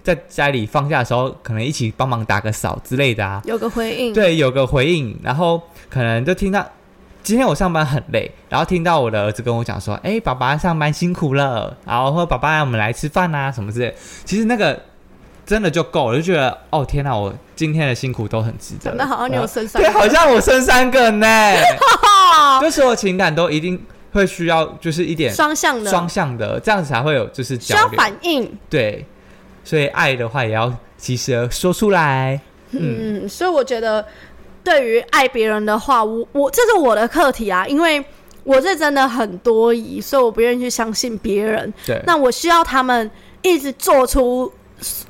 Speaker 2: 在家里放假的时候，可能一起帮忙打个扫之类的啊，
Speaker 1: 有个回应，
Speaker 2: 对，有个回应，然后可能就听到今天我上班很累，然后听到我的儿子跟我讲说：“哎、爸爸上班辛苦了，然后或爸爸我们来吃饭啊什么之类。”其实那个真的就够了，我就觉得哦天哪、我今天的辛苦都很值得。
Speaker 1: 讲得好像你有生三
Speaker 2: 对，
Speaker 1: 个
Speaker 2: 好像我生三个呢，
Speaker 1: 哦，
Speaker 2: 就所有情感都一定会需要就是一 点
Speaker 1: 双向的，
Speaker 2: 双向的，这样子才会有就是
Speaker 1: 需
Speaker 2: 交
Speaker 1: 要
Speaker 2: 流。
Speaker 1: 反应。
Speaker 2: 对，所以爱的话也要及时的说出来。
Speaker 1: 嗯，所以我觉得对于爱别人的话，我我这是我的课题啊，因为我这真的很多疑，所以我不愿意去相信别人。
Speaker 2: 对，
Speaker 1: 那我需要他们一直做出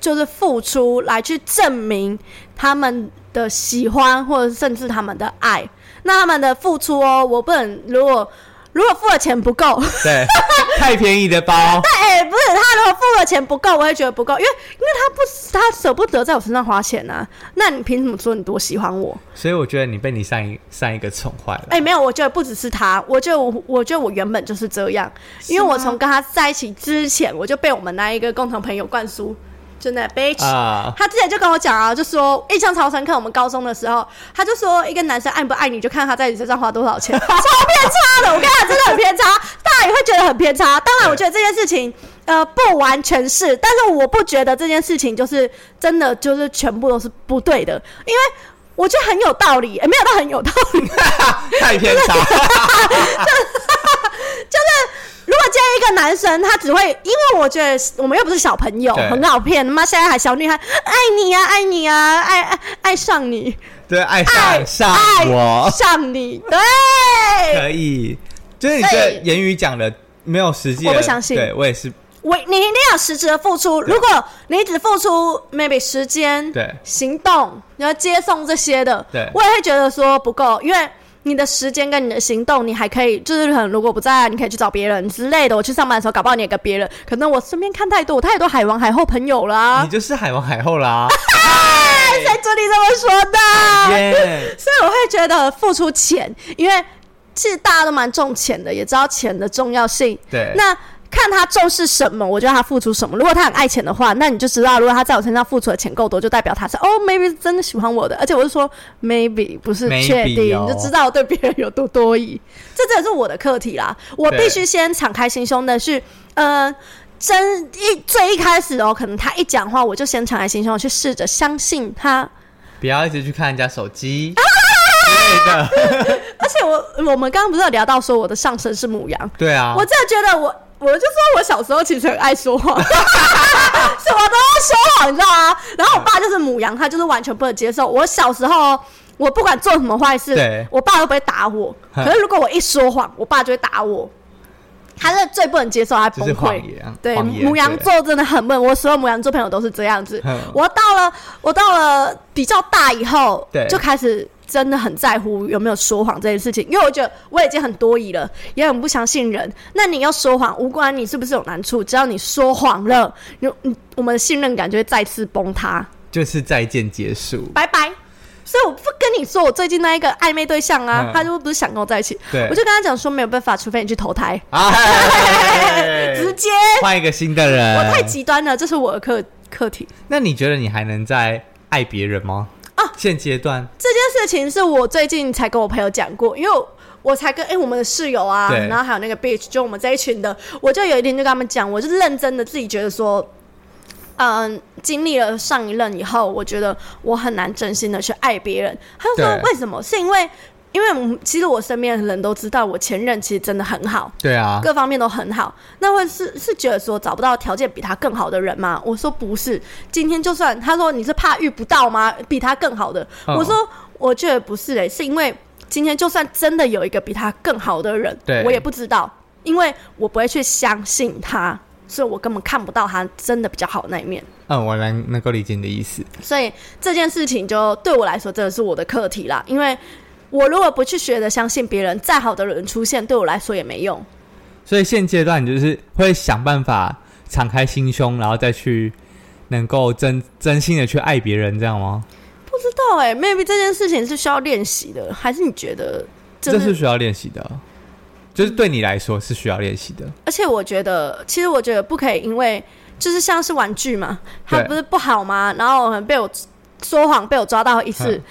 Speaker 1: 就是付出来去证明他们的喜欢，或者甚至他们的爱。那他们的付出哦，我不能如果如果付的钱不够，
Speaker 2: 对，太便宜的包，
Speaker 1: 哎、不是他如果付的钱不够，我也觉得不够，因为因为他不他舍不得在我身上花钱呐、那你凭什么说你多喜欢我？
Speaker 2: 所以我觉得你被你上一上一个宠坏了。
Speaker 1: 哎、没有，我觉得不只是他，我觉得我我觉得我原本就是这样，因为我从跟他在一起之前，我就被我们那一个共同朋友灌输，就那 bitch，、
Speaker 2: 啊，
Speaker 1: 他之前就跟我讲啊，就说印象超深刻。我们高中的时候，他就说一个男生爱不爱你，就看他在你身上花多少钱，超偏差的。我跟他真的很偏差，大家也会觉得很偏差。当然，我觉得这件事情呃不完全是，但是我不觉得这件事情就是真的就是全部都是不对的，因为我觉得很有道理，也、欸没有到很有道理。
Speaker 2: 太偏差。
Speaker 1: 如果今天一个男生，他只会，因为我觉得我们又不是小朋友，
Speaker 2: 对
Speaker 1: 很好骗。他妈现在还小女孩，爱你啊，爱你啊，爱爱爱上你。
Speaker 2: 对，爱
Speaker 1: 爱
Speaker 2: 上上
Speaker 1: 爱
Speaker 2: 我
Speaker 1: 上你，对，
Speaker 2: 可以，就是你这言语讲的没有实际的，
Speaker 1: 我不相信
Speaker 2: 对我也是，
Speaker 1: 我你一定要实质的付出。如果你只付出 maybe 时间、
Speaker 2: 对
Speaker 1: 行动，你要接送这些的，
Speaker 2: 对
Speaker 1: 我也会觉得说不够，因为。你的时间跟你的行动，你还可以，就是可能如果不在啊，你可以去找别人之类的。我去上班的时候，搞不好你也跟别人，可能我身边看太多，我太多海王海后朋友了啊
Speaker 2: 你。就是海王海后啦。
Speaker 1: 谁准你这么说的？
Speaker 2: 耶，
Speaker 1: 所以我会觉得付出钱，因为其实大家都蛮重钱的，也知道钱的重要性。
Speaker 2: 对
Speaker 1: 那看他重视什么，我就让他付出什么。如果他很爱钱的话，那你就知道，如果他在我身上付出的钱够多，就代表他是哦，maybe 真的喜欢我的。而且我是说 maybe 不是
Speaker 2: Maybe
Speaker 1: 确定，
Speaker 2: 哦
Speaker 1: 你就知道我对别人有多多疑。这真的是我的课题啦，我
Speaker 2: 对
Speaker 1: 必须先敞开心胸的去，呃。真一最一开始哦，可能他一讲话，我就先敞开心胸地去试着相信他，
Speaker 2: 不要一直去看人家手机
Speaker 1: 啊
Speaker 2: 之类的。
Speaker 1: 而且我我们刚刚不是有聊到说我的上身是母羊，
Speaker 2: 对啊，
Speaker 1: 我真的觉得我我就说我小时候其实很爱说谎， 什么都要说谎，你知道吗？然后我爸就是母羊，他就是完全不能接受。我小时候我不管做什么坏事
Speaker 2: 对，
Speaker 1: 我爸都不会打我，
Speaker 2: 哼
Speaker 1: 可是如果我一说谎，我爸就会打我。他是最不能接受，他
Speaker 2: 就
Speaker 1: 崩
Speaker 2: 是
Speaker 1: 溃
Speaker 2: 谎。言，
Speaker 1: 对，
Speaker 2: 谎言
Speaker 1: 母羊座真的很笨，我所有母羊座朋友都是这样子
Speaker 2: 嗯。
Speaker 1: 我到了我到了比较大以后
Speaker 2: 对，
Speaker 1: 就开始真的很在乎有没有说谎这件事情，因为我觉得我已经很多疑了，也很不相信人。那你要说谎，无关你是不是有难处，只要你说谎了，你你我们的信任感就会再次崩塌，
Speaker 2: 就是再见结 束。
Speaker 1: 拜拜。所以我不跟你说，我最近那一个暧昧对象啊，
Speaker 2: 嗯
Speaker 1: 他就不是想跟我在一起，
Speaker 2: 对
Speaker 1: 我就跟他讲说没有办法，除非你去投胎，
Speaker 2: 哎，
Speaker 1: 直接
Speaker 2: 换一个新的人。
Speaker 1: 我太极端了，这是我的课课题。
Speaker 2: 那你觉得你还能再爱别人吗？
Speaker 1: 啊，
Speaker 2: 现阶段
Speaker 1: 这件事情是我最近才跟我朋友讲过，因为我我才跟哎、我们的室友啊，
Speaker 2: 对
Speaker 1: 然后还有那个 bitch，就我们这一群的，我就有一天就跟他们讲，我是认真的自己觉得说。嗯，经历了上一任以后，我觉得我很难真心的去爱别人。他就说
Speaker 2: 对
Speaker 1: 为什么？是因为因为我们其实我身边的人都知道，我前任其实真的很好，
Speaker 2: 对啊，
Speaker 1: 各方面都很好，那会是是觉得说找不到条件比他更好的人吗？我说不是，今天就算他说你是怕遇不到吗？比他更好的，
Speaker 2: 嗯
Speaker 1: 我说我觉得不是诶、是因为今天就算真的有一个比他更好的人，
Speaker 2: 对
Speaker 1: 我也不知道，因为我不会去相信他，所以我根本看不到他真的比较好的那一面。
Speaker 2: 嗯，我能能够理解你的意思。
Speaker 1: 所以这件事情就对我来说真的是我的课题啦，因为我如果不去学着相信别人，再好的人出现对我来说也没用。
Speaker 2: 所以现阶段你就是会想办法敞开心胸，然后再去能够真真心的去爱别人，这样吗？
Speaker 1: 不知道哎、m a y b e 这件事情是需要练习的，还是你觉得？就
Speaker 2: 这
Speaker 1: 是
Speaker 2: 是，需要练习的，就是对你来说是需要练习的。
Speaker 1: 而且我觉得，其实我觉得不可以，因为就是像是玩具嘛，它
Speaker 2: 对
Speaker 1: 不是不好吗？然后被我说谎，被我抓到一次
Speaker 2: 嗯，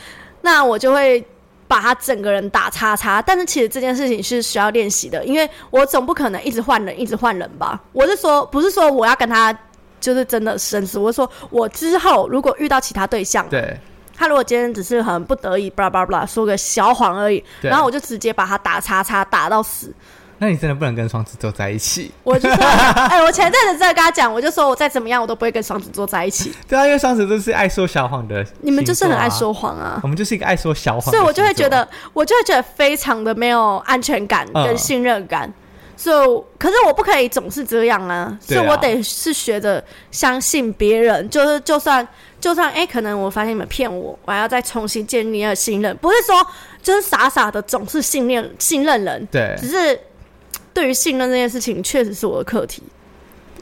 Speaker 1: 那我就会把他整个人打叉叉。但是其实这件事情是需要练习的，因为我总不可能一直换人，一直换人吧？我是说，不是说我要跟他就是真的生死，我是说我之后如果遇到其他对象，
Speaker 2: 对
Speaker 1: 他如果今天只是很不得已，巴拉巴拉巴拉说个小谎而已，
Speaker 2: 对
Speaker 1: 然后我就直接把他打叉叉打到死，
Speaker 2: 那你真的不能跟双子座在一起。
Speaker 1: 我就说，哎、我前阵子在跟他讲，我就说我再怎么样，我都不会跟双子座在一起。
Speaker 2: 对啊，因为双子座是爱说小谎的、
Speaker 1: 你们就是很爱，说谎啊，
Speaker 2: 我们就是一个爱说小谎的星
Speaker 1: 所以
Speaker 2: 座，
Speaker 1: 我就会觉得，我就会觉得非常的没有安全感
Speaker 2: 嗯
Speaker 1: 跟信任感。所以，可是我不可以总是这样啊，
Speaker 2: 对
Speaker 1: 所
Speaker 2: 啊
Speaker 1: 以我得是学着相信别人，就是就算就算哎、可能我发现你们骗我，我还要再重新建立了信任，不是说就是傻傻的总是信任信任人，
Speaker 2: 对，
Speaker 1: 只是对于信任这件事情，确实是我的课题，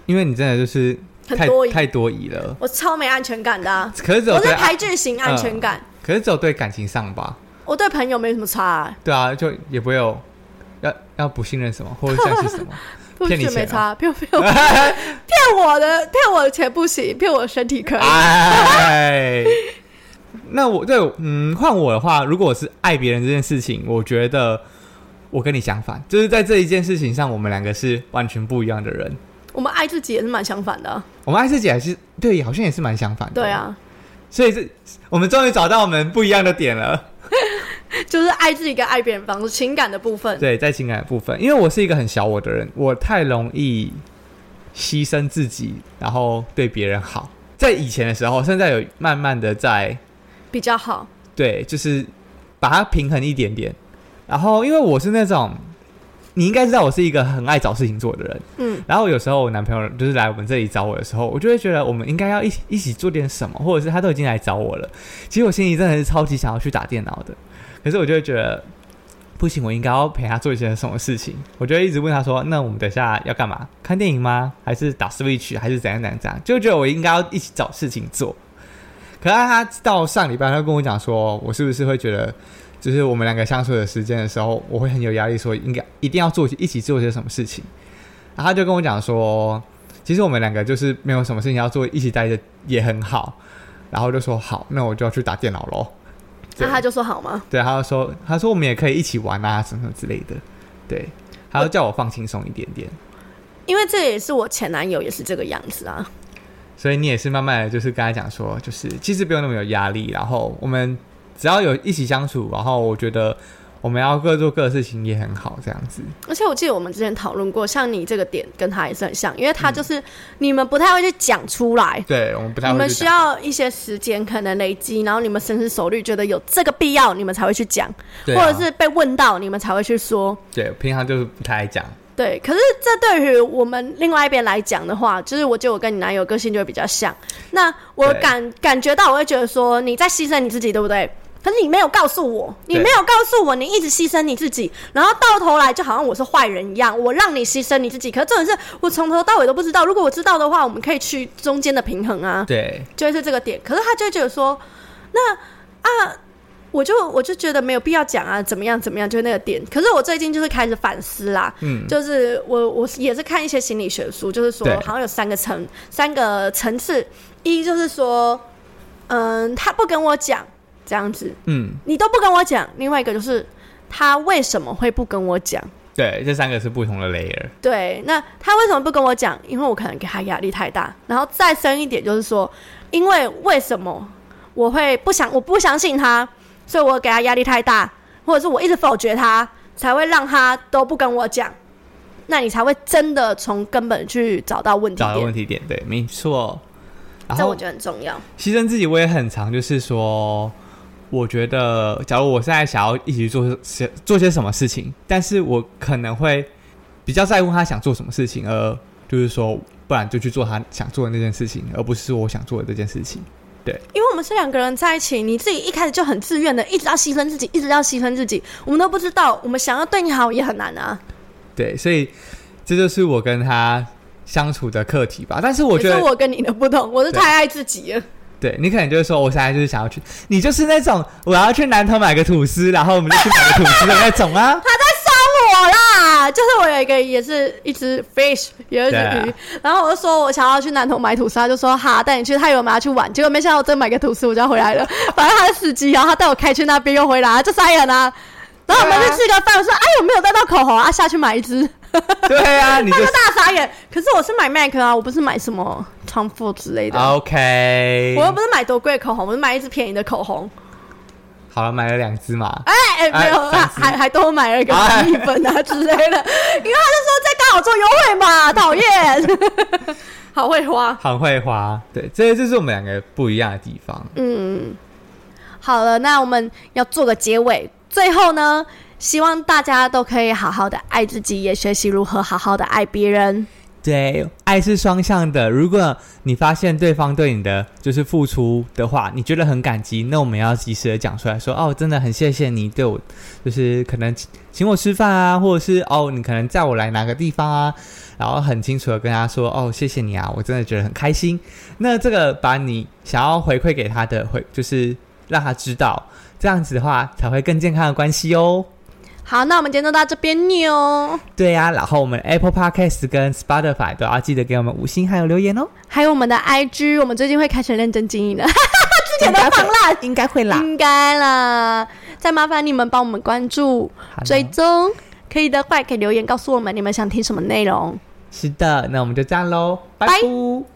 Speaker 2: 因为你真的就是
Speaker 1: 很
Speaker 2: 太
Speaker 1: 多疑
Speaker 2: 太多疑了。
Speaker 1: 我超没安全感的、啊，
Speaker 2: 可是只有
Speaker 1: 我是
Speaker 2: 对嗯爱，
Speaker 1: 排拒型安全感，
Speaker 2: 可是只有对感情上吧，
Speaker 1: 我对朋友没什么差、啊，
Speaker 2: 对啊，就也不会有要要不信任什么，或者相信什 么。
Speaker 1: 不
Speaker 2: 骗你
Speaker 1: 是没
Speaker 2: 钱啊
Speaker 1: 差， 骗骗我骗我的骗我的钱不行，骗我的身体可
Speaker 2: 啊
Speaker 1: 以。
Speaker 2: 哎，那我对，嗯，换我的话，如果我是爱别人这件事情，我觉得我跟你相反，就是在这一件事情上，我们两个是完全不一样的人。
Speaker 1: 我们爱自己也是蛮相反的啊，
Speaker 2: 我们爱自己还是对，好像也是蛮相反的。
Speaker 1: 对，啊，
Speaker 2: 所以这我们终于找到我们不一样的点了。
Speaker 1: 就是爱自己跟爱别人方式，情感的部分。
Speaker 2: 对，在情感的部分，因为我是一个很小我的人，我太容易牺牲自己，然后对别人好。在以前的时候，现在有慢慢的在
Speaker 1: 比较好，
Speaker 2: 对，就是把它平衡一点点。然后，因为我是那种，你应该知道我是一个很爱找事情做的人。
Speaker 1: 嗯，
Speaker 2: 然后有时候我男朋友就是来我们这里找我的时候，我就会觉得我们应该要一起一起做点什么，或者是他都已经来找我了。其实我心里真的是超级想要去打电脑的，可是我就会觉得不行，我应该要陪他做一些什么事情。我就会一直问他说：“那我们等一下要干嘛？看电影吗？还是打 Switch？还是怎样怎样怎样？”就觉得我应该要一起找事情做。可是他到上礼拜，他跟我讲说，我是不是会觉得，就是我们两个相处的时间的时候，我会很有压力，说应该一定要做一起做些什么事情。然后他就跟我讲说，其实我们两个就是没有什么事情要做，一起待着也很好。然后我就说好，那我就要去打电脑喽。
Speaker 1: 那
Speaker 2: 对
Speaker 1: 他就说好吗？
Speaker 2: 对，他就说，他说我们也可以一起玩啊，什么什么之类的。对，他就叫我放轻松一点点。
Speaker 1: 因为这也是我前男友，也是这个样子啊。
Speaker 2: 所以你也是慢慢的就是跟他讲说，就是其实不用那么有压力，然后我们只要有一起相处，然后我觉得我们要各做各的事情也很好，这样子。
Speaker 1: 而且我记得我们之前讨论过，像你这个点跟他也是很像，因为他就是、你们不太会去讲出来，
Speaker 2: 对，我们不太
Speaker 1: 你
Speaker 2: 会
Speaker 1: 们
Speaker 2: 去
Speaker 1: 需
Speaker 2: 讲
Speaker 1: 要一些时间可能累积，然后你们深思熟虑，觉得有这个必要，你们才会去讲，
Speaker 2: 对啊
Speaker 1: 或者是被问到，你们才会去说。
Speaker 2: 对，平常就是不太爱讲。
Speaker 1: 对，可是这对于我们另外一边来讲的话，就是我觉得我跟你男友个性就会比较像。那我
Speaker 2: 对
Speaker 1: 感感觉到，我会觉得说你在牺牲你自己，对不对？可是你没有告诉我，你
Speaker 2: 对
Speaker 1: 没有告诉我，你一直牺牲你自己，然后到头来就好像我是坏人一样，我让你牺牲你自己。可是重点是我从头到尾都不知道，如果我知道的话，我们可以去中间的平衡啊。
Speaker 2: 对，
Speaker 1: 就会是这个点。可是他就会觉得说，那啊，我就我就觉得没有必要讲啊，怎么样怎么样，就是那个点。可是我最近就是开始反思啦，
Speaker 2: 嗯
Speaker 1: 就是我我是也是看一些心理学书，就是说
Speaker 2: 对
Speaker 1: 好像有三个层三个层次，一就是说，嗯，他不跟我讲这样子，
Speaker 2: 嗯，
Speaker 1: 你都不跟我讲；另外一个就是他为什么会不跟我讲？
Speaker 2: 对，这三个是不同的 layer。
Speaker 1: 对，那他为什么不跟我讲？因为我可能给他压力太大。然后再深一点就是说，因为为什么我会不想，我不相信他，所以我给他压力太大，或者是我一直否决他，才会让他都不跟我讲。那你才会真的从根本去找到问题
Speaker 2: 找到
Speaker 1: 点，
Speaker 2: 问题点，对，没错。然
Speaker 1: 这
Speaker 2: 后
Speaker 1: 我觉得很重要。
Speaker 2: 牺牲自己，我也很常就是说，我觉得假如我现在想要一起做些做些什么事情，呃但是我可能会比较在乎他想做什么事情，而就是说，不然就去做他想做的那件事情，而不是我想做的这件事情。
Speaker 1: 因为我们是两个人在一起，你自己一开始就很自愿的，一直要牺牲自己，一直要牺牲自己，我们都不知道，我们想要对你好也很难啊。
Speaker 2: 对，所以这就是我跟他相处的课题吧。但是我觉
Speaker 1: 也
Speaker 2: 得
Speaker 1: 是，我跟你的不同，我是
Speaker 2: 对
Speaker 1: 太爱自己了。
Speaker 2: 对你可能就是说，我现在就是想要去，你就是那种我要去南头买个吐司，然后我们就去买个吐司的那种啊。
Speaker 1: 我啦，就是我有一个也是一只 fish，有一只
Speaker 2: 对啊
Speaker 1: 鱼，然后我就说我想要去南投买吐司，他就说好，带你去，他以为我们要去玩，结果没想到我真买个吐司我就要回来了，反正他是司机，然后他带我开去那边又回来，就傻眼啦。啊然后我们去吃个饭，我说哎我没有带到口红啊，下去买一支，
Speaker 2: 对啊，你
Speaker 1: 他
Speaker 2: 就
Speaker 1: 就是大傻眼。可是我是买 MAC 啊，我不是买什么 Tom
Speaker 2: 啊
Speaker 1: Ford 之类的，
Speaker 2: OK。
Speaker 1: 我又不是买多贵的口红，我是买一支便宜的口红。
Speaker 2: 好了，买了两只嘛，
Speaker 1: 哎、没有，
Speaker 2: 哎三
Speaker 1: 还
Speaker 2: 十
Speaker 1: 还还多买了一个
Speaker 2: 哎
Speaker 1: 米粉啊之类的，因为他就说在刚好做优惠嘛，讨厌， 好会花。
Speaker 2: 很会花。对，这就是我们两个不一样的地方。
Speaker 1: 嗯，好了，那我们要做个结尾。最后呢，希望大家都可以好好的爱自己，也学习如何好好的爱别人。
Speaker 2: 对，爱是双向的。如果你发现对方对你的就是付出的话，你觉得很感激，那我们要及时的讲出来说，哦，真的很谢谢你对我，就是可能请请我吃饭啊，或者是哦，你可能载我来哪个地方啊，然后很清楚的跟他说，哦，谢谢你啊，我真的觉得很开心。那这个把你想要回馈给他的回，就是让他知道，这样子的话才会更健康的关系哦。
Speaker 1: 好，那我们今天就到这边扭，
Speaker 2: 对呀、然后我们 Apple Podcast 跟 Spotify 都要记得给我们五星还有留言哦。
Speaker 1: 还有我们的 IG，我们最近会开始认真经营了， 之前都
Speaker 2: 应该
Speaker 1: 放烂，
Speaker 2: 应该会啦。
Speaker 1: 应该啦。再麻烦你们帮我们关注、
Speaker 2: 好
Speaker 1: 追
Speaker 2: 的
Speaker 1: 踪，可以的话也可以留言告诉我们你们想听什么内容。
Speaker 2: 是的，那我们就这样喽，拜
Speaker 1: 拜
Speaker 2: 拜。